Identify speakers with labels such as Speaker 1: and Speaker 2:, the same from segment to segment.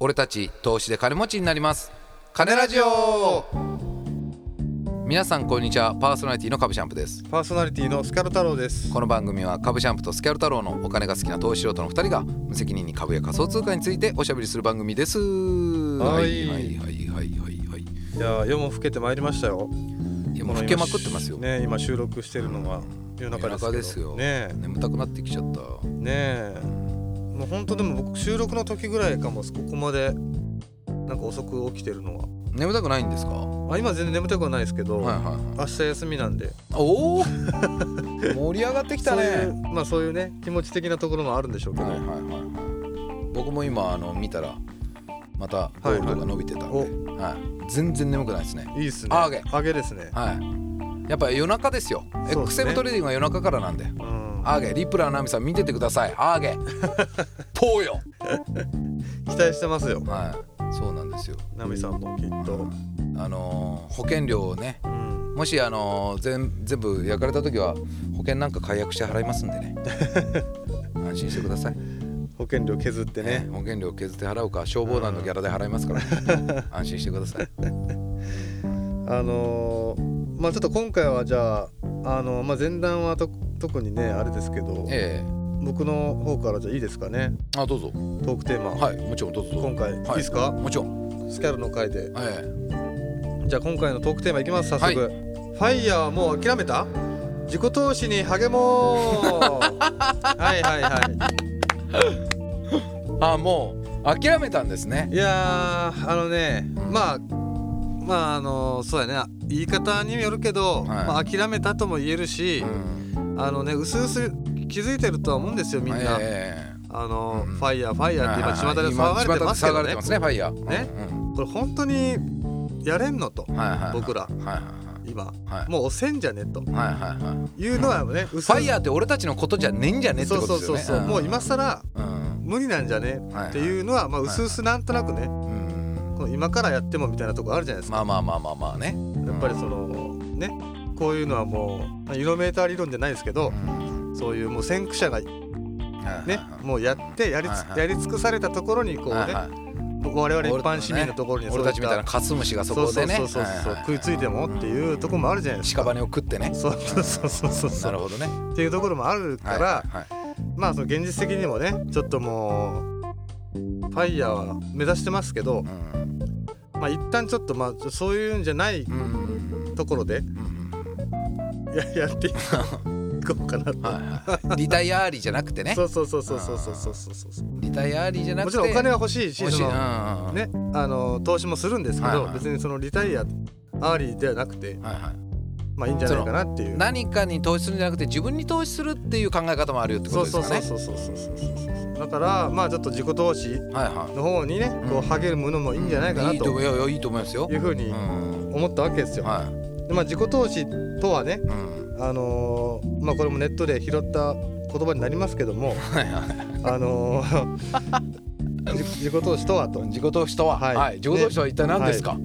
Speaker 1: 俺たち投資で金持ちになります金ラジオ皆さんこんにちはパーソナリティの株シャンプです
Speaker 2: パーソナリティのスカル太郎です。
Speaker 1: この番組は株シャンプとスキャル太郎のお金が好きな投資素人の2人が無責任に株や仮想通貨についておしゃべりする番組ですはいはいはいはいはいはい
Speaker 2: いやー夜も更けてまいりましたよ。
Speaker 1: いやも
Speaker 2: こ
Speaker 1: う老
Speaker 2: の
Speaker 1: け
Speaker 2: 今
Speaker 1: まくってますよ、
Speaker 2: ね今収録してるのが夜中ですけど。
Speaker 1: 夜中ですよ
Speaker 2: ね
Speaker 1: 眠たくなってきちゃった
Speaker 2: えねえもう本当でも僕収録の時ぐらいかもここまでなんか遅く起きてるのは。
Speaker 1: 眠たくないんですかは
Speaker 2: あ今全然眠たくはないですけど、
Speaker 1: いはいはい
Speaker 2: 明日休みなんで。
Speaker 1: おお 盛り上がってきたね
Speaker 2: そういうまあそういうね気持ち的なところもあるんでしょうけど。
Speaker 1: はいはいはいはい僕も今あの見たらまたゴールドが伸びてたんで、
Speaker 2: は
Speaker 1: はい
Speaker 2: い
Speaker 1: 全然眠くないですね
Speaker 2: い、いっすね。
Speaker 1: あげ
Speaker 2: あげですね。
Speaker 1: はいやっぱ夜中ですよ
Speaker 2: そうですね
Speaker 1: XM トレーディングは夜中からなんで
Speaker 2: うん。
Speaker 1: アーゲリプラーナミさん見ててくださいアー ゲポーよ
Speaker 2: 期待してますよ。
Speaker 1: はいそうなんですよ
Speaker 2: ナミさんもきっと。
Speaker 1: あのー保険料をね
Speaker 2: うん。
Speaker 1: もしあのー全全部焼かれた時は保険なんか解約して払いますんで ね安心してください
Speaker 2: 保険料削ってね。
Speaker 1: 保険料削って払うか消防団のギャラで払いますから 安心してください
Speaker 2: あのーまあちょっと今回はじゃあ、あのーまあ、前段はと特にねあれですけど、
Speaker 1: え
Speaker 2: 僕の方からじゃあいいですかね
Speaker 1: えあどうぞ
Speaker 2: トークテーマ、
Speaker 1: はいもちろんどうぞどう
Speaker 2: 今
Speaker 1: ぞ
Speaker 2: 回、い、いですか
Speaker 1: もちろん
Speaker 2: スキャルの回で
Speaker 1: え
Speaker 2: じゃあ今回のトークテーマいきます早速、ファイヤーはもう諦めた自己投資に 励もうはいはいは
Speaker 1: えあもう諦めたんですね
Speaker 2: いいやーあのねまあまああのーそうやね言い方にもよるけど、
Speaker 1: はい
Speaker 2: まあ、諦めたとも言えるし、
Speaker 1: うん
Speaker 2: あのねうすうす気づいてるとは思うんですよみんな、
Speaker 1: え
Speaker 2: あの、
Speaker 1: うん
Speaker 2: ファイヤーファイ
Speaker 1: え
Speaker 2: ヤーって今
Speaker 1: はい
Speaker 2: 巷で
Speaker 1: はい
Speaker 2: 騒がれてますけ
Speaker 1: 今騒が
Speaker 2: どね
Speaker 1: れてますねファイヤー
Speaker 2: ね
Speaker 1: うん
Speaker 2: これ本当にやれんのと
Speaker 1: うんはいはいはい
Speaker 2: 僕ら
Speaker 1: はいはい
Speaker 2: 今
Speaker 1: はいはい
Speaker 2: もう押せんじゃねと
Speaker 1: はいはいはい
Speaker 2: いうのはね、フ
Speaker 1: ファイヤーって俺たちのことじゃねえんじゃねって
Speaker 2: そう
Speaker 1: こ
Speaker 2: そ
Speaker 1: と
Speaker 2: う
Speaker 1: です
Speaker 2: そ
Speaker 1: よ
Speaker 2: う
Speaker 1: ね
Speaker 2: そう、もう今更
Speaker 1: うん
Speaker 2: 無理なんじゃね
Speaker 1: はい
Speaker 2: っていうのはまあ薄々なんとなくね、
Speaker 1: うん
Speaker 2: この今からやってもみたいなとこあるじゃないですか、
Speaker 1: まあまあまあまあまあね
Speaker 2: やっぱりそのねこういうのはもうイノベーター理論じゃないですけ
Speaker 1: う
Speaker 2: ど、
Speaker 1: ん
Speaker 2: そういうもう先駆者がね、
Speaker 1: はいはいはい
Speaker 2: もうやってやりつ、
Speaker 1: はいはい
Speaker 2: やり尽くされたところにこうね、
Speaker 1: はいはい
Speaker 2: 我々一般市民のところにそうい
Speaker 1: 俺
Speaker 2: った
Speaker 1: たちみたいなカスムシがそこでね
Speaker 2: そうそうそうそう、食いついてもっていうところもあるじゃないですか。
Speaker 1: 屍を食ってね
Speaker 2: そうそうそうそうそうそ
Speaker 1: なる
Speaker 2: う
Speaker 1: ほどね
Speaker 2: っていうところもあるから、
Speaker 1: はいはいはい
Speaker 2: まあその現実的にもねちょっともうファイヤーは目指してますけど、
Speaker 1: うん
Speaker 2: まあ一旦ちょっとまあそういうんじゃない
Speaker 1: うんうん
Speaker 2: ところで
Speaker 1: うん
Speaker 2: ややっていこうかなと。
Speaker 1: はいはいリタイアーリーじゃなく てね
Speaker 2: そうそうそうそうそうそうそうそうそう。
Speaker 1: リタイアーリーじゃなく
Speaker 2: もち
Speaker 1: て
Speaker 2: ろんお金は欲しいし、
Speaker 1: 欲し
Speaker 2: そ
Speaker 1: い
Speaker 2: の
Speaker 1: うんうんうん
Speaker 2: ねあの投資もするんですけど、
Speaker 1: はいはい
Speaker 2: 別にそのリタイアアーリーではなくて、
Speaker 1: はいはい
Speaker 2: まあいいんじゃないかなっていう。
Speaker 1: 何かに投資するんじゃなくて自分に投資するっていう考え方もあるよってこ
Speaker 2: そ
Speaker 1: と
Speaker 2: う
Speaker 1: です
Speaker 2: そう
Speaker 1: か
Speaker 2: そう
Speaker 1: ね
Speaker 2: そうそうそうそうそうだからまあちょっと自己投資
Speaker 1: はいは
Speaker 2: の方にねこ
Speaker 1: うん
Speaker 2: う励げるものも
Speaker 1: い
Speaker 2: いいんじゃないか
Speaker 1: う
Speaker 2: ない
Speaker 1: と
Speaker 2: と
Speaker 1: 思いやいやいいと思いますよ
Speaker 2: いうふう
Speaker 1: う
Speaker 2: に
Speaker 1: ん
Speaker 2: 思ったわけですよ。
Speaker 1: は
Speaker 2: でまあ自己投資とはね
Speaker 1: いうん
Speaker 2: あのーまあこれもネットで拾った言葉になりますけ ども
Speaker 1: はいはい
Speaker 2: あのー 自自己投資とはと
Speaker 1: 自己投資とは
Speaker 2: はい
Speaker 1: はい自己投資とは一体何ですか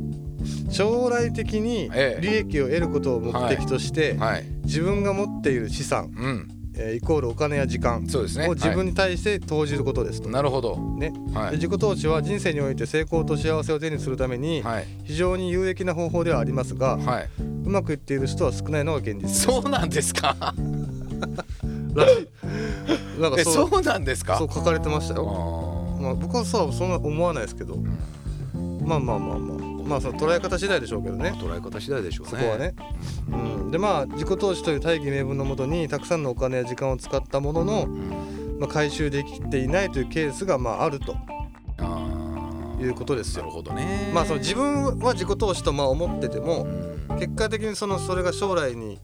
Speaker 2: 将来的に
Speaker 1: ええ
Speaker 2: 利益を得ることを目的として
Speaker 1: はい
Speaker 2: 自分が持っている資産、
Speaker 1: うん
Speaker 2: えーイコールお金や時間
Speaker 1: そうですね
Speaker 2: を自
Speaker 1: は
Speaker 2: 分に対して投じることです
Speaker 1: い
Speaker 2: と。
Speaker 1: なるほど
Speaker 2: ね
Speaker 1: は
Speaker 2: で
Speaker 1: い
Speaker 2: 自己投資は人生において成功と幸せを手にするために
Speaker 1: はい
Speaker 2: 非常に有益な方法ではありますが
Speaker 1: はいう
Speaker 2: まくいっている人は少ないのが現 実
Speaker 1: そうなんですか
Speaker 2: らしいなんか
Speaker 1: え
Speaker 2: そう
Speaker 1: そうなんですか
Speaker 2: そう書かれてました
Speaker 1: あ
Speaker 2: よ、
Speaker 1: ー
Speaker 2: まあ、僕はさそんな思わないですけどまあまあまあまあまあその捉え方次第でしょうけどね
Speaker 1: 捉え方次第でしょうね
Speaker 2: そこはね、うん、でまあ自己投資という大義名分のもとにたくさんのお金や時間を使ったものの、
Speaker 1: うん
Speaker 2: まあ、回収できていないというケースがまああると
Speaker 1: あ
Speaker 2: いうことです
Speaker 1: ーなる
Speaker 2: よ
Speaker 1: ほどね
Speaker 2: まあその自分は自己投資とまあ思ってても
Speaker 1: うん
Speaker 2: 結果的にそのそれが将来に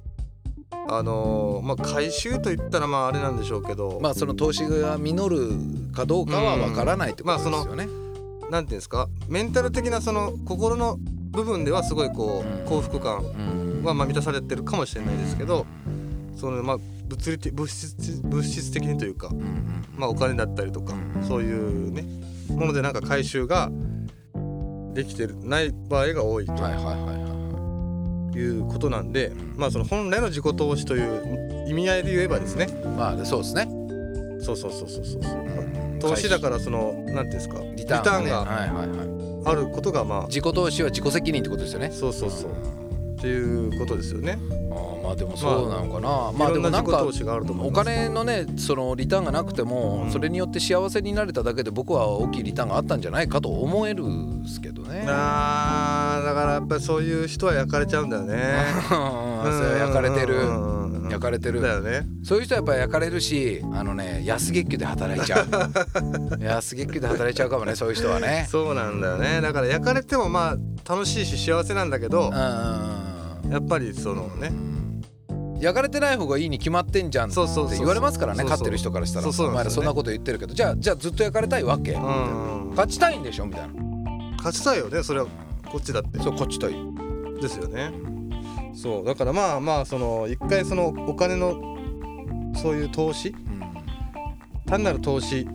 Speaker 2: あのーまあ回収といったらまああれなんでしょうけど、
Speaker 1: まあその投資が実るかどうかはわからないってことですよね。
Speaker 2: なんていうんですかメンタル的なその心の部分ではすごいこ
Speaker 1: うん
Speaker 2: う幸福感
Speaker 1: うん
Speaker 2: はまあ満たされてるかもしれないですけどそのまあ物理的物質物質的にというか、
Speaker 1: うん
Speaker 2: まあ、お金だったりとか
Speaker 1: うん
Speaker 2: そういうねものでなんか回収ができてるない場合が多い
Speaker 1: うんはいはいはいは
Speaker 2: ということなんで
Speaker 1: ん
Speaker 2: まあその本来の自己投資という意味合いで言えばですね
Speaker 1: い。まあそうですね。
Speaker 2: そうそうそうそうそう
Speaker 1: うんうん
Speaker 2: 投資だからそのなんていうんですか
Speaker 1: リターンが,、は
Speaker 2: リ
Speaker 1: いはいはい、
Speaker 2: あることがま
Speaker 1: 自己投資は自己責任ってことですよね
Speaker 2: あそうそうそう
Speaker 1: うん
Speaker 2: っていうことですよね。
Speaker 1: あーまあでもそうなのかな、ま
Speaker 2: まあ
Speaker 1: あ
Speaker 2: い
Speaker 1: で
Speaker 2: ろ
Speaker 1: も
Speaker 2: んな
Speaker 1: なん
Speaker 2: 自己
Speaker 1: か
Speaker 2: 投資があると思い
Speaker 1: お
Speaker 2: ます。
Speaker 1: 金のねそのリターンがなくても、
Speaker 2: うん
Speaker 1: それによって幸せになれただけで僕は大きいリターンがあったんじゃないかと思えるんですけどね。
Speaker 2: あーだからやっぱりそういう人は焼かれちゃうんだよね。
Speaker 1: うんそれは焼かれてる焼かれて
Speaker 2: れだ
Speaker 1: る
Speaker 2: よね。
Speaker 1: そういう人はやっぱ焼かれるしあのね安月給で働い ちゃう安月給で働いちゃうかもねそういう人はね。
Speaker 2: そうなんだよね。だから焼かれてもまあ楽しいし幸せなんだけ
Speaker 1: う、
Speaker 2: ど
Speaker 1: ん
Speaker 2: やっぱりそのね。
Speaker 1: 焼かれてない方がいいに決まってんじゃんって
Speaker 2: そうそうそうそう
Speaker 1: 言われますからね
Speaker 2: そうそう
Speaker 1: 勝ってる人からしたら
Speaker 2: そうそう
Speaker 1: お
Speaker 2: なん
Speaker 1: 前
Speaker 2: で
Speaker 1: ら
Speaker 2: す
Speaker 1: そ
Speaker 2: よ
Speaker 1: ん
Speaker 2: ね
Speaker 1: なこと言ってるけどじゃあじゃあずっと焼かれたいわけ
Speaker 2: うん。
Speaker 1: 勝ちたいんでしょみたいな
Speaker 2: 勝ちたいよね。それはこっちだって。
Speaker 1: そう勝ちたい
Speaker 2: ですよね。そうだからまあまあその一回そのお金のそういう投資単なる投資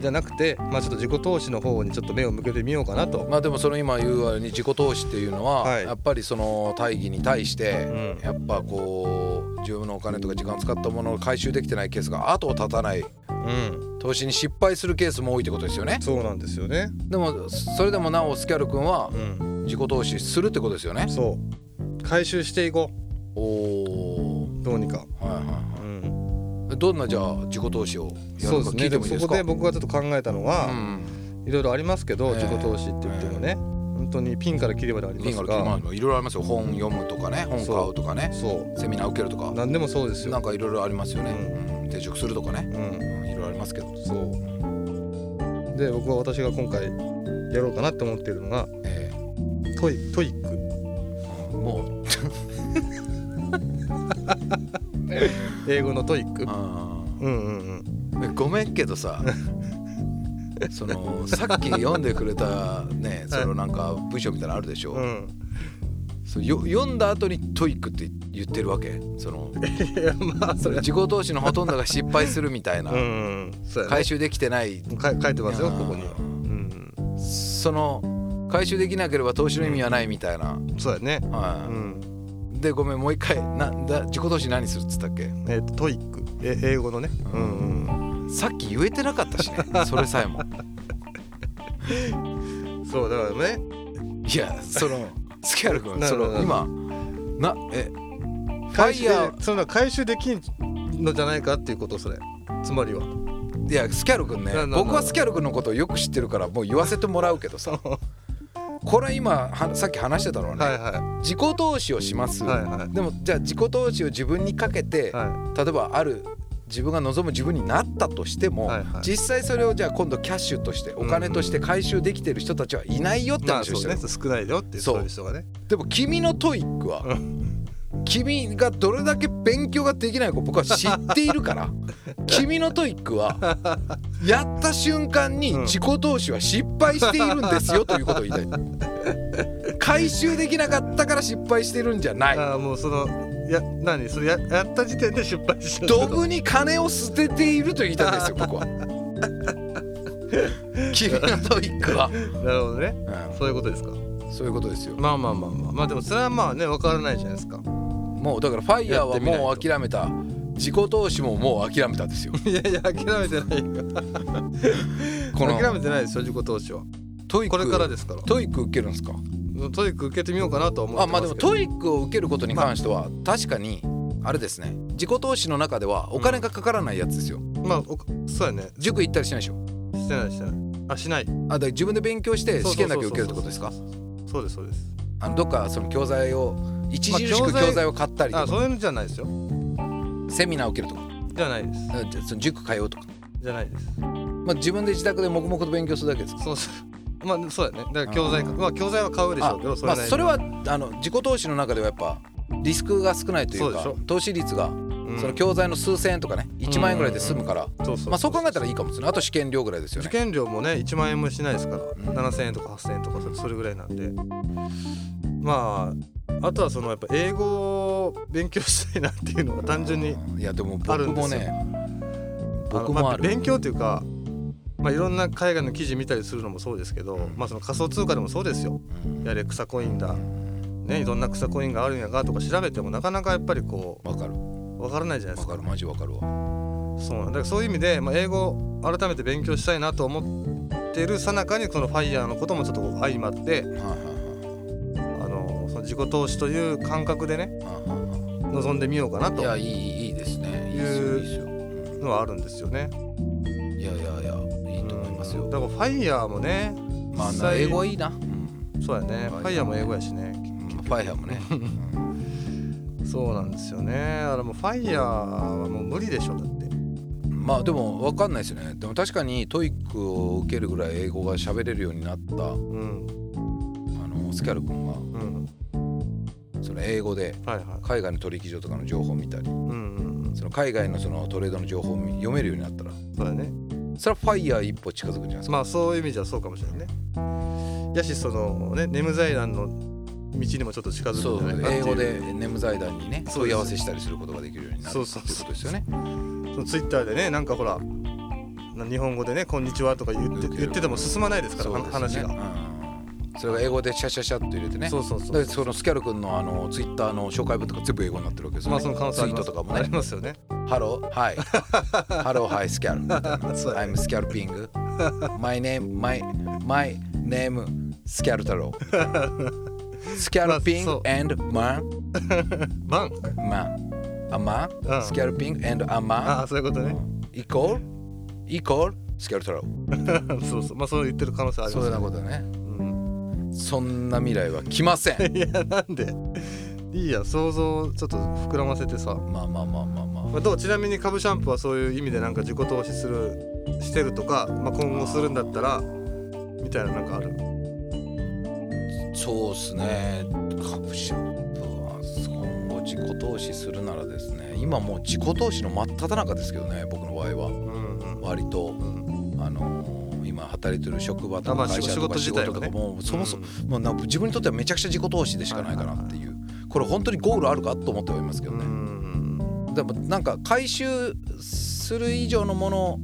Speaker 2: じゃなくてまあちょっと自己投資の方にちょっと目を向けてみようかなと。
Speaker 1: まあでもその今言うように自己投資っていうのは、
Speaker 2: はい
Speaker 1: やっぱりその大義に対して、
Speaker 2: うん
Speaker 1: やっぱこう自分のお金とか時間を使ったものを回収できてないケースが後を絶たない
Speaker 2: うん。
Speaker 1: 投資に失敗するケースも多いってことですよね
Speaker 2: そうなんですよね。
Speaker 1: でもそれでもなおスキャル君は
Speaker 2: うん。
Speaker 1: 自己投資するってことですよね
Speaker 2: そう。回収していこ
Speaker 1: おお
Speaker 2: う。どうにか。
Speaker 1: ー、はいは
Speaker 2: うん。
Speaker 1: いはい、どんなじゃあ自己投資をや
Speaker 2: そ
Speaker 1: るか
Speaker 2: うです
Speaker 1: 聞
Speaker 2: ね。
Speaker 1: いて
Speaker 2: で
Speaker 1: も
Speaker 2: も
Speaker 1: いいで
Speaker 2: そ
Speaker 1: す
Speaker 2: こ
Speaker 1: か
Speaker 2: で僕がちょっと考えたのは
Speaker 1: う、ん
Speaker 2: いろいろありますけ
Speaker 1: え
Speaker 2: ど、
Speaker 1: え
Speaker 2: 自己投資って言ってもね、本当にピンから切ればではありま
Speaker 1: ピン
Speaker 2: す
Speaker 1: から切り
Speaker 2: が
Speaker 1: 回、るのいろいろありますよ本読むとかね本買うとかね
Speaker 2: そ
Speaker 1: セミナー受けるとか
Speaker 2: う。何でもそうです
Speaker 1: な
Speaker 2: よ。
Speaker 1: んかいろいろありますよね、うん転職するとかね
Speaker 2: うん。
Speaker 1: うんいろいろありますけど、
Speaker 2: そうで僕は私が今回やろうかなって思ってるのが
Speaker 1: え
Speaker 2: トイトイック
Speaker 1: ーもう
Speaker 2: 英語のトイック
Speaker 1: あ
Speaker 2: うんうん
Speaker 1: ーごめんけど さそのさっき読んでくれたねそのなんか文章みたいなのあるでしょ、
Speaker 2: うんうん
Speaker 1: そうよ読んだ後にトイックって言ってるわけその
Speaker 2: いやまあそれ
Speaker 1: 自己投資のほとんどが失敗するみたいな、
Speaker 2: うんうんそうやね
Speaker 1: 回収できてない
Speaker 2: か書いてますよ
Speaker 1: いやー
Speaker 2: ここにはうん
Speaker 1: その回収できなければ投資の意味はないみたいな、
Speaker 2: そうやねう
Speaker 1: は
Speaker 2: ん
Speaker 1: いでごめんもう一回なんだ自己投資何するっつったっけ
Speaker 2: えーとトイックえ英語のね
Speaker 1: う
Speaker 2: うんん
Speaker 1: さっき言えてなかったし ねそれさえも
Speaker 2: うんそうだからね
Speaker 1: いやそのスキャル君
Speaker 2: な
Speaker 1: そ
Speaker 2: るほど
Speaker 1: の今なえファ
Speaker 2: 回
Speaker 1: イ
Speaker 2: 収
Speaker 1: ヤ
Speaker 2: でそんな回収できんのじゃないかっていうことそれつまりは
Speaker 1: ーいやスキャル君ね
Speaker 2: なるほど
Speaker 1: 僕はスキャル君のことをよく知ってるからもう言わせてもらうけどさ
Speaker 2: は
Speaker 1: これ今はさっき話してたのはいね、
Speaker 2: は
Speaker 1: 自己投資をします、
Speaker 2: いはいは
Speaker 1: でもじゃあ自己投資を自分にかけて、
Speaker 2: いは
Speaker 1: 例えばある自分が望む自分になったとしても、
Speaker 2: はいはい
Speaker 1: 実際それをじゃあ今度キャッシュとしてお金として回収できてる人たちはいないよっ
Speaker 2: い
Speaker 1: て
Speaker 2: まあ
Speaker 1: 話をし
Speaker 2: そう
Speaker 1: てる
Speaker 2: ね、少ないよっていう
Speaker 1: そう
Speaker 2: そういう人がね
Speaker 1: でも君のトイックは
Speaker 2: う
Speaker 1: 君がどれだけ勉強ができないか僕は知っている から君のトイックはやった瞬間に
Speaker 2: うん
Speaker 1: 自己投資は失敗しているんですよということを言いたい回収できなかったから失敗してるんじゃない
Speaker 2: ああもうそのや何それややった時点で失敗した
Speaker 1: 道具に金を捨てていると言いたいんですよ僕 は君のトイックは、
Speaker 2: なるほどね
Speaker 1: う
Speaker 2: そういうことですか
Speaker 1: んそういうことですよ
Speaker 2: まあまあまあまあまあでもそれはまあねわからないじゃないですか
Speaker 1: もうだからファイヤーはもう諦めた自己投資ももう諦めたですよ
Speaker 2: いやいや諦めてないよ
Speaker 1: この
Speaker 2: 諦めてないですよ自己投資は
Speaker 1: トイッ
Speaker 2: こ
Speaker 1: ク
Speaker 2: れからですから
Speaker 1: トイック受けるんですか
Speaker 2: トイック受けてみようかなとは思っ
Speaker 1: あ
Speaker 2: て
Speaker 1: ま
Speaker 2: ま
Speaker 1: あですも
Speaker 2: けど
Speaker 1: トイックを受けることに関しては確かにあれですね自己投資の中ではお金がかからないやつですよ
Speaker 2: まあおそうやね
Speaker 1: 塾行ったりしないでしょ
Speaker 2: してないしてないあしない
Speaker 1: あだから自分で勉強して
Speaker 2: そうそうそうそ
Speaker 1: 試験
Speaker 2: う
Speaker 1: だけ受けるってことですか
Speaker 2: そうですそうです
Speaker 1: あのどっかその教材を著し
Speaker 2: ま
Speaker 1: く
Speaker 2: あ教材
Speaker 1: 教材を買ったり
Speaker 2: あ
Speaker 1: とか
Speaker 2: そういうのじゃないですよ
Speaker 1: セミナー受けるとか
Speaker 2: じゃないです
Speaker 1: うんじゃあその塾通うとか
Speaker 2: じゃないです
Speaker 1: まあ自分で自宅で黙々と勉強するだけです
Speaker 2: そうそうまあそうやねだから教材かまあ教材は買うでしょうけどそ
Speaker 1: ま
Speaker 2: れな
Speaker 1: あ
Speaker 2: りに
Speaker 1: それはあの自己投資の中ではやっぱリスクが少ないとい
Speaker 2: そう
Speaker 1: う
Speaker 2: でし
Speaker 1: か
Speaker 2: ょ
Speaker 1: 投資率が
Speaker 2: うん
Speaker 1: その教材の数千円とかね1万円ぐらいで済むから
Speaker 2: そうそう
Speaker 1: まあそう考えたらいいかもですねあと試験料ぐらいですよ
Speaker 2: 受
Speaker 1: ね
Speaker 2: 験料もね1万円もしないですから、
Speaker 1: ん
Speaker 2: 7,000円とか8,000円とかそれそれぐらいなんでまああとはそのやっぱ英語を勉強したいなっていうのが単純に
Speaker 1: いやでも
Speaker 2: あ
Speaker 1: 僕
Speaker 2: るんで
Speaker 1: も
Speaker 2: すよ
Speaker 1: ね
Speaker 2: あの
Speaker 1: 僕
Speaker 2: ま
Speaker 1: も
Speaker 2: あ
Speaker 1: ある
Speaker 2: 勉強というか、まあ、いろんな海外の記事見たりするのもそうですけど、まあ、その仮想通貨でもそうですよ
Speaker 1: うん
Speaker 2: やれ草コインだ、ね、いろんな草コインがあるんやがとか調べてもなかなかやっぱりこ
Speaker 1: わかる
Speaker 2: う分からないじゃないで
Speaker 1: わ
Speaker 2: す
Speaker 1: か
Speaker 2: か
Speaker 1: るマジわかるわ
Speaker 2: そうなんだからそういう意味で、まあ、英語を改めて勉強したいなと思ってるさなかにこのファイヤーのこともちょっと相まって
Speaker 1: はいはいはい
Speaker 2: あのその自己投資という感覚でね
Speaker 1: はいはいはい
Speaker 2: 臨んでみようかないと
Speaker 1: やいいいいですね。いいですよいいですよ。うん
Speaker 2: のはあるんですよね。
Speaker 1: いやいやいやいいと思います
Speaker 2: うん
Speaker 1: よ。
Speaker 2: だからファイヤーもね
Speaker 1: ま
Speaker 2: 実
Speaker 1: あ
Speaker 2: 際
Speaker 1: 英語はいいな。うん
Speaker 2: そうやね
Speaker 1: ファイヤーもね
Speaker 2: ファイヤーも英語やしね
Speaker 1: ファイヤーもね。 うん
Speaker 2: そうなんですよねあれもうファイヤーはもう無理でしょだって
Speaker 1: まあでも分かんないですよね。でも確かにトイックを受けるぐらい英語が喋れるようになったあ
Speaker 2: うん
Speaker 1: のスキャル君は
Speaker 2: うん
Speaker 1: その英語で
Speaker 2: はいはい
Speaker 1: 海外の取引所とかの情報を見たり
Speaker 2: うんうんうん
Speaker 1: その海外のそのトレードの情報を見読めるようになったら
Speaker 2: そうだね
Speaker 1: それはファイヤー一歩近づくんじゃないですか。
Speaker 2: まあそういう意味じゃそうかもしれないねやしそのねネム財団の道にもちょっと近づ
Speaker 1: そ
Speaker 2: くん
Speaker 1: う
Speaker 2: じゃないかなってい
Speaker 1: 英
Speaker 2: う
Speaker 1: 語でネム財団にね
Speaker 2: そ
Speaker 1: 問
Speaker 2: うで
Speaker 1: い
Speaker 2: す
Speaker 1: 合わせしたりすることができるようになる
Speaker 2: そう
Speaker 1: って
Speaker 2: そう
Speaker 1: いうことですよね。
Speaker 2: そのツイッターでねなんかほらな日本語でね「こんにちは」とか言って言ってても進まないですから
Speaker 1: そう
Speaker 2: は
Speaker 1: です
Speaker 2: 話
Speaker 1: ね
Speaker 2: が、
Speaker 1: うんそれが英語でシャシャシャっと入れてね
Speaker 2: そうそうそう
Speaker 1: でそのスキャル君のあのツイッターの紹介文とか全部英語になってるわけですよ、ね
Speaker 2: まあその可能性
Speaker 1: ツ
Speaker 2: あ
Speaker 1: イ
Speaker 2: り
Speaker 1: ー
Speaker 2: ま
Speaker 1: ト
Speaker 2: す
Speaker 1: とかも
Speaker 2: あ
Speaker 1: ね
Speaker 2: りますよね
Speaker 1: 「ハローはい」「ハローはいスキャル」
Speaker 2: そうだ
Speaker 1: I'm スキャルピング」「マイネームマイマイネームスキャル太 郎」「スキャルピン
Speaker 2: ま
Speaker 1: グ
Speaker 2: あそ
Speaker 1: and マン
Speaker 2: バン
Speaker 1: マン」「アマ
Speaker 2: う
Speaker 1: ン」「
Speaker 2: ん
Speaker 1: スキャルピング and ア
Speaker 2: あ
Speaker 1: マ
Speaker 2: あそういうことね
Speaker 1: ン」「イコール」「イコール」「スキャル太郎
Speaker 2: そうそうまあそう言ってる可能性あ」り
Speaker 1: そ
Speaker 2: ます
Speaker 1: うい
Speaker 2: よ
Speaker 1: うようなことね
Speaker 2: うん
Speaker 1: そんな未来は来ま せん
Speaker 2: いやなんでいいや想像をちょっと膨らませてさ、
Speaker 1: まあまあまあまあまあ
Speaker 2: まあ、どうちなみに株シャンプーはそういう意味でなんか自己投資するしてるとか、まあ、今後するんだったらみたいななんかある
Speaker 1: そうですね株式は今後自己投資するならですね今もう自己投資の真っ只中ですけどね僕の場合は
Speaker 2: うんうん
Speaker 1: 割と
Speaker 2: うん
Speaker 1: あのー今働いてる職場と
Speaker 2: あま
Speaker 1: か
Speaker 2: あ
Speaker 1: 会社とか
Speaker 2: 仕
Speaker 1: 仕
Speaker 2: 事自体
Speaker 1: 事
Speaker 2: は
Speaker 1: と
Speaker 2: ね
Speaker 1: かもうそもそももうなんか自分にとってはめちゃくちゃ自己投資でしかないかなっていうこれ本当にゴールあるかと思ってはいますけ
Speaker 2: う
Speaker 1: ど
Speaker 2: んう
Speaker 1: ね
Speaker 2: ん
Speaker 1: でもなんか回収する以上のもの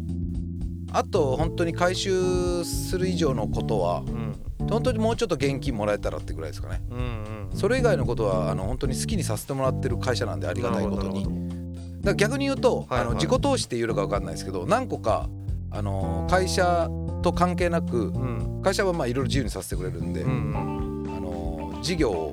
Speaker 1: あと本当に回収する以上のことは
Speaker 2: うん
Speaker 1: 本当にもうちょっと現金もらえたらってぐらいですかね
Speaker 2: うんうん
Speaker 1: それ以外のことはあの本当に好きにさせてもらってる会社なんでありがたいことにだ
Speaker 2: なる
Speaker 1: か
Speaker 2: ほど
Speaker 1: ら逆に言うと、
Speaker 2: はいはい
Speaker 1: あの自己投資っていうのか分かんないですけど何個かあの会社と関係なく
Speaker 2: うん
Speaker 1: 会社はまあいろいろ自由にさせてくれるんで、
Speaker 2: うん
Speaker 1: あの事業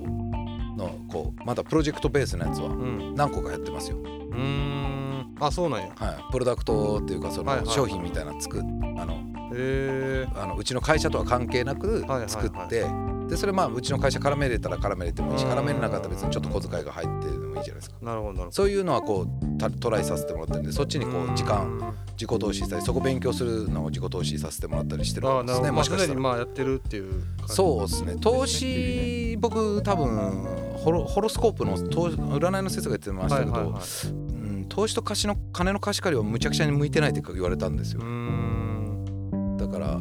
Speaker 1: のこうまだプロジェクトベースのやつは
Speaker 2: うん
Speaker 1: 何個かやってますよ。
Speaker 2: うんあそうなんやへ
Speaker 1: はい、プロダクトっていうかそ
Speaker 2: はいはい
Speaker 1: の
Speaker 2: はい
Speaker 1: 商品みたいなの作っあの
Speaker 2: え
Speaker 1: あのうちの会社とは関係なく
Speaker 2: はいはい
Speaker 1: 作って、でそれまあうちの会社絡めれたら絡めれてもいいし
Speaker 2: うん
Speaker 1: 絡めれなかったら別にちょっと小遣いが入ってでもいいじゃないですか。
Speaker 2: なるほどなるほど
Speaker 1: そういうのはこうたトライさせてもらってるんでそっちにこう時間自己投資したりそこ勉強するのを自己投資させてもらったりしてる
Speaker 2: ああ
Speaker 1: ん
Speaker 2: な
Speaker 1: です
Speaker 2: る
Speaker 1: ね
Speaker 2: ほどま
Speaker 1: も
Speaker 2: あ
Speaker 1: しか
Speaker 2: す
Speaker 1: し
Speaker 2: で
Speaker 1: た
Speaker 2: に
Speaker 1: ら。
Speaker 2: まあやってるっていう感じ
Speaker 1: そうですね投資僕多分ホロホロスコープの投占いの先生が言ってました
Speaker 2: は
Speaker 1: け
Speaker 2: い
Speaker 1: ど、
Speaker 2: はいはい
Speaker 1: うん、投資と貸しの金の貸し借りはむちゃくちゃに向いてないって言われたんです
Speaker 2: うー
Speaker 1: よ
Speaker 2: ん
Speaker 1: だから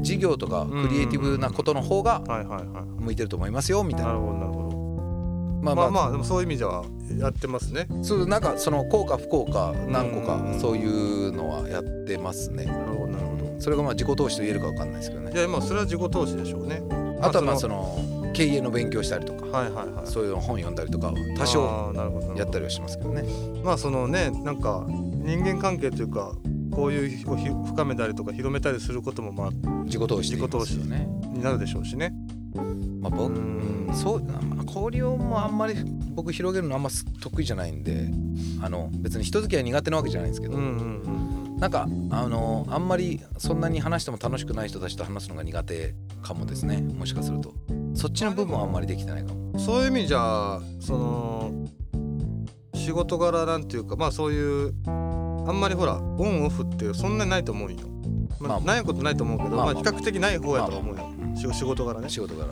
Speaker 1: 事業とかクリエイティブなことの方が
Speaker 2: はいはいはい
Speaker 1: 向いてると思いますよみたい
Speaker 2: な
Speaker 1: な
Speaker 2: るほどなるほど
Speaker 1: まあ
Speaker 2: ま
Speaker 1: ま
Speaker 2: あ
Speaker 1: あ、
Speaker 2: まあでもそういう意味じゃやってますね
Speaker 1: そうなんかその効果不効果何個
Speaker 2: う
Speaker 1: か
Speaker 2: ん
Speaker 1: そういうのはやってますね
Speaker 2: なるほどなるほ
Speaker 1: それがまあ自己投資と言えるかわかんないですけどね
Speaker 2: いやまあそれは自己投資でしょうね
Speaker 1: あとはまあ
Speaker 2: そ
Speaker 1: その経営の勉強したりとか
Speaker 2: はいはいはい
Speaker 1: そういう本読んだりとかは多少
Speaker 2: あーなるほどなるほど
Speaker 1: やったりはしますけどね
Speaker 2: まあそのねなんか人間関係というかこういうをひ深めたりとか広めたりすることもまあ
Speaker 1: 自己投資って言いますよね
Speaker 2: になるでしょうしね
Speaker 1: まあ僕
Speaker 2: うん
Speaker 1: そうまあ交流もあんまり僕広げるのあんま得意じゃないんであの別に人付き合い苦手なわけじゃないんですけ
Speaker 2: うん
Speaker 1: ど、
Speaker 2: うんうん
Speaker 1: なんかあのあんまりそんなに話しても楽しくない人たちと話すのが苦手かもですねもしかするとそっちの部分はあんまりできてないかも
Speaker 2: うんそういう意味じゃその仕事柄なんていうかまあそういうあんまりほらオンオフってそんなにないと思うよ、まあ
Speaker 1: ま
Speaker 2: ないことないと思うけど、
Speaker 1: ま
Speaker 2: ま
Speaker 1: あ
Speaker 2: あ
Speaker 1: まあ
Speaker 2: 比較的ない方やとは思うよ、
Speaker 1: うん
Speaker 2: 仕仕事柄ね
Speaker 1: 仕事柄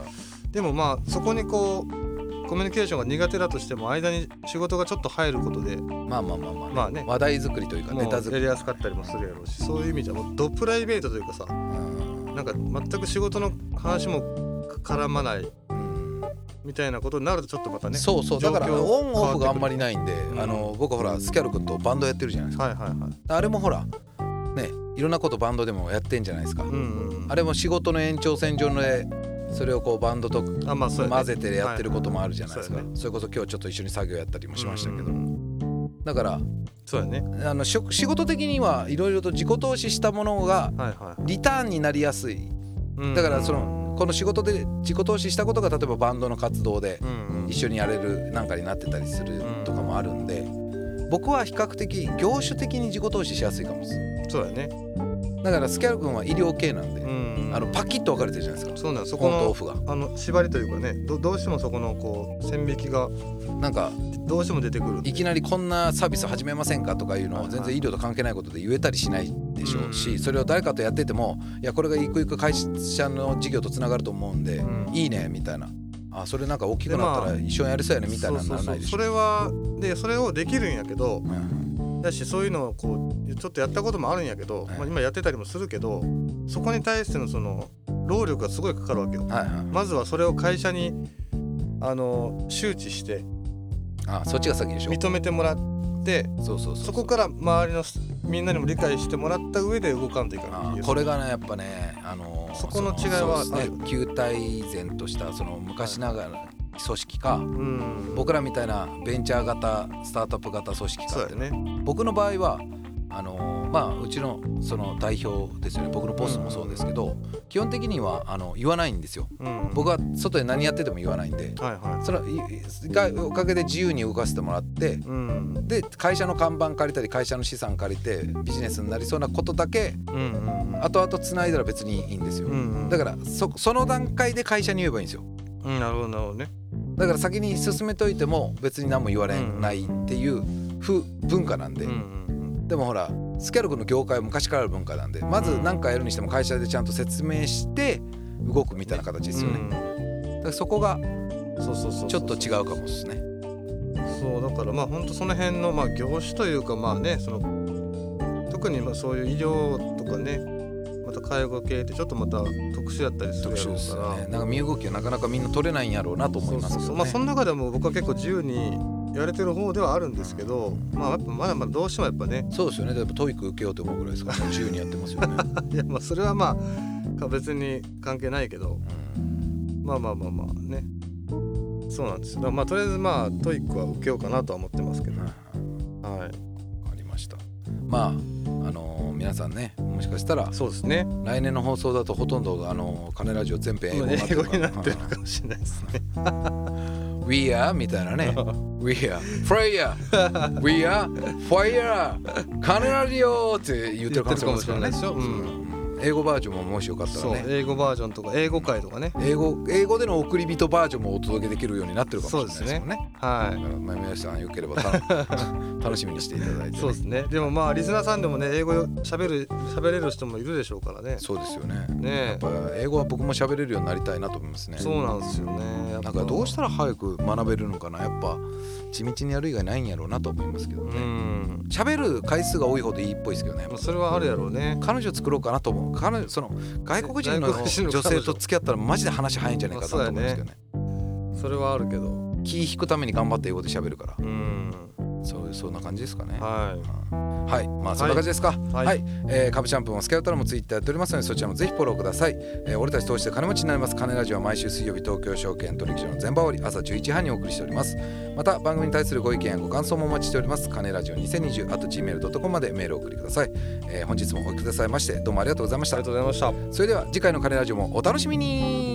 Speaker 2: でもまあそこにこうコミュニケーションが苦手だとしても間に仕事がちょっと入ることで
Speaker 1: まあまあまあまあ、
Speaker 2: まあね
Speaker 1: 話題作りというかネ
Speaker 2: も
Speaker 1: タ
Speaker 2: う
Speaker 1: 作
Speaker 2: や
Speaker 1: り
Speaker 2: りやすかったりもするやろうしそういう意味じゃもうドプライベートというかさ
Speaker 1: うん
Speaker 2: なんか全く仕事の話も絡まない
Speaker 1: うん
Speaker 2: みたいなことになるとちょっとまたね
Speaker 1: そうそうだから
Speaker 2: 状況
Speaker 1: オンオフがあんまりないんで、
Speaker 2: うん
Speaker 1: あの僕ほらスキャル君とバンドやってるじゃないです
Speaker 2: はいはいはい
Speaker 1: かあれもほらねいろんなことバンドでもやってんじゃないですか、
Speaker 2: うんうんうん
Speaker 1: あれも仕事の延長線上でそれをこうバンドと
Speaker 2: あまあそうやね
Speaker 1: 混ぜてやってることもあるじゃないですか、
Speaker 2: はい
Speaker 1: それこそ今日ちょっと一緒に作業やったりもしましたけど、
Speaker 2: うんうん
Speaker 1: だから
Speaker 2: そうやね
Speaker 1: あのしょ仕事的にはいろいろと自己投資したものが
Speaker 2: はいは
Speaker 1: リターンになりやすい
Speaker 2: い
Speaker 1: だからそのこの仕事で自己投資したことが例えばバンドの活動で
Speaker 2: うん
Speaker 1: 一緒にやれるなんかになってたりするとかもあるんで僕は比較的業種的に自己投資しやすいかもです
Speaker 2: そうやね
Speaker 1: だからスキャル君は医療系なんで、
Speaker 2: ん
Speaker 1: あのパキッと分かれてるじゃないですか
Speaker 2: そうなんそ
Speaker 1: オ
Speaker 2: こ
Speaker 1: ンとオ
Speaker 2: の
Speaker 1: フが
Speaker 2: あの縛りというかねどどうしてもそこのこう線引きが
Speaker 1: なんか
Speaker 2: どうしても出てくる
Speaker 1: いきなりこんなサービス始めませんかとかいうの
Speaker 2: は
Speaker 1: を
Speaker 2: いはい
Speaker 1: 全然医療と関係ないことで言えたりしないでしょう
Speaker 2: うん
Speaker 1: しそれを誰かとやっててもいやこれがいくいく会社の事業とつながると思うんで
Speaker 2: うん
Speaker 1: いいねみたいなあそれなんか大きくなったら
Speaker 2: で
Speaker 1: 一緒にやりそうやねみたいなのにならないでし
Speaker 2: そ
Speaker 1: ょ
Speaker 2: うそうそうそれはでそれをできるんやけど
Speaker 1: うん
Speaker 2: だしそういうのをこうちょっとやったこともあるんやけど、
Speaker 1: はい
Speaker 2: まあ、今やってたりもするけどそこに対してのその労力がすごいかかるわけよ。
Speaker 1: はいはい
Speaker 2: まずはそれを会社にあの周知して
Speaker 1: あそっちが先でしょ
Speaker 2: 認めてもらって
Speaker 1: そうそうそう
Speaker 2: そこから周りのすみんなにも理解してもらった上で動かんといかないっ
Speaker 1: あ
Speaker 2: ていう
Speaker 1: これがねやっぱねあのー
Speaker 2: そこの違いは
Speaker 1: そう
Speaker 2: あ
Speaker 1: で
Speaker 2: る
Speaker 1: す
Speaker 2: よ
Speaker 1: ね球体然としたその昔ながらの組織か、
Speaker 2: うん
Speaker 1: 僕らみたいなベンチャー型スタートアップ型組織
Speaker 2: そう
Speaker 1: か
Speaker 2: やね
Speaker 1: 僕の場合はあのーまあうちのその代表ですよね僕のボスもそうですけど、基本的にはあの言わないんですよ
Speaker 2: うん
Speaker 1: 僕は外で何やってても言わないんで
Speaker 2: はいは
Speaker 1: それはいがおかげで自由に動かせてもらって
Speaker 2: いうん
Speaker 1: で会社の看板借りたり会社の資産借りてビジネスになりそうなことだけ
Speaker 2: うんうんうん
Speaker 1: 後々つないだら別にいいんですよ、
Speaker 2: うんうん
Speaker 1: だからそその段階で会社に言えばいいんですよ
Speaker 2: うんなるほどなるほどね
Speaker 1: だから先に進めといても別に何も言われないっていう風文化なんで、
Speaker 2: うんうん
Speaker 1: でもほらスキャル君の業界は昔からある文化なんでまず何かやるにしても会社でちゃんと説明して動くみたいな形ですよね、だからそこが
Speaker 2: うんそうそうそうそう
Speaker 1: ちょっと違うかもですね
Speaker 2: そうだからまあほんとその辺のまあ業種というかまあねその特にまあそういう医療とかねまた介護系ってちょっとまた特殊だったりする
Speaker 1: 特
Speaker 2: や
Speaker 1: 殊
Speaker 2: ろう
Speaker 1: です
Speaker 2: から
Speaker 1: よねなんか身動きはなかなかみんな取れないんやろうなと思います
Speaker 2: そ
Speaker 1: け
Speaker 2: うそうそ
Speaker 1: ど
Speaker 2: うまあ
Speaker 1: ね
Speaker 2: その中でも僕は結構自由にやれてる方ではあるんですけど、まあやっぱまだまだどうしてもやっぱね
Speaker 1: そうですよね例えばトイック受けようと思うぐらいですから自由にやってますよね、
Speaker 2: いやまあそれはまあか別に関係ないけど
Speaker 1: うん
Speaker 2: まあまあまあまあねそうなんですよだからまあとりあえずまあトイックは受けようかなとは思ってますけど、
Speaker 1: はい
Speaker 2: はい
Speaker 1: ありましたまああのー皆さんねもしかしたら
Speaker 2: そうですね
Speaker 1: 来年の放送だとほとんどあのー「金ラジオ」全編英語になって
Speaker 2: 英語
Speaker 1: るか
Speaker 2: にな
Speaker 1: ら
Speaker 2: ってるかもしれないですね
Speaker 1: 「We are」みたいな ね「We are Fire」「We are Fire」「金ラジオ」って言ってるかもしれないですからね
Speaker 2: 言ってるかもしれないでし
Speaker 1: うん英語バージョンももしよかった
Speaker 2: そう
Speaker 1: らね
Speaker 2: 英語バージョンとか英語会とかね
Speaker 1: 英語英語での送り人バージョンもお届けできるようになってるかもしれないですもんね
Speaker 2: は
Speaker 1: だ
Speaker 2: い
Speaker 1: からまあ皆さんよければた楽しみにしていただいてね、
Speaker 2: そうですねでもまあリスナーさんでもね英語喋る喋れる人もいるでしょうからね
Speaker 1: そうですよねや
Speaker 2: ね
Speaker 1: っぱ英語は僕も喋れるようになりたいなと思いますね
Speaker 2: そうなんですよねやっぱ
Speaker 1: なんかどうしたら早く学べるのかなやっぱ地道にやる以外ないんやろうなと思いますけど
Speaker 2: う
Speaker 1: ね
Speaker 2: ん
Speaker 1: 喋、る回数が多いほどいいっぽいですけどね
Speaker 2: まあそれはあるやろうね
Speaker 1: 彼女作ろうかなと思う彼女その外国人の
Speaker 2: 外国人の
Speaker 1: 女
Speaker 2: 彼女
Speaker 1: 性と付き合ったらマジで話早いんじゃないかなと思うんですけどね
Speaker 2: それはあるけど
Speaker 1: 気引くために頑張って英語で喋るから
Speaker 2: うん
Speaker 1: そうそんな感じですかね
Speaker 2: は
Speaker 1: うんはいまあそんな感じですか
Speaker 2: い
Speaker 1: はい、えー、カブチャンプもスケウタラもツイッターやっておりますのでそちらもぜひフォローください、えー俺たち投資で金持ちになります金ラジオは毎週水曜日東京証券取引所の全場折り朝11時半にお送りしておりますまた番組に対するご意見やご感想もお待ちしております金ラジオ2020あと gmail.com までメールをお送りください、えー本日もお聞きくださいましてどうもありがとうございまし
Speaker 2: あり
Speaker 1: た
Speaker 2: がとうございました
Speaker 1: それでは次回の金ラジオもお楽しみに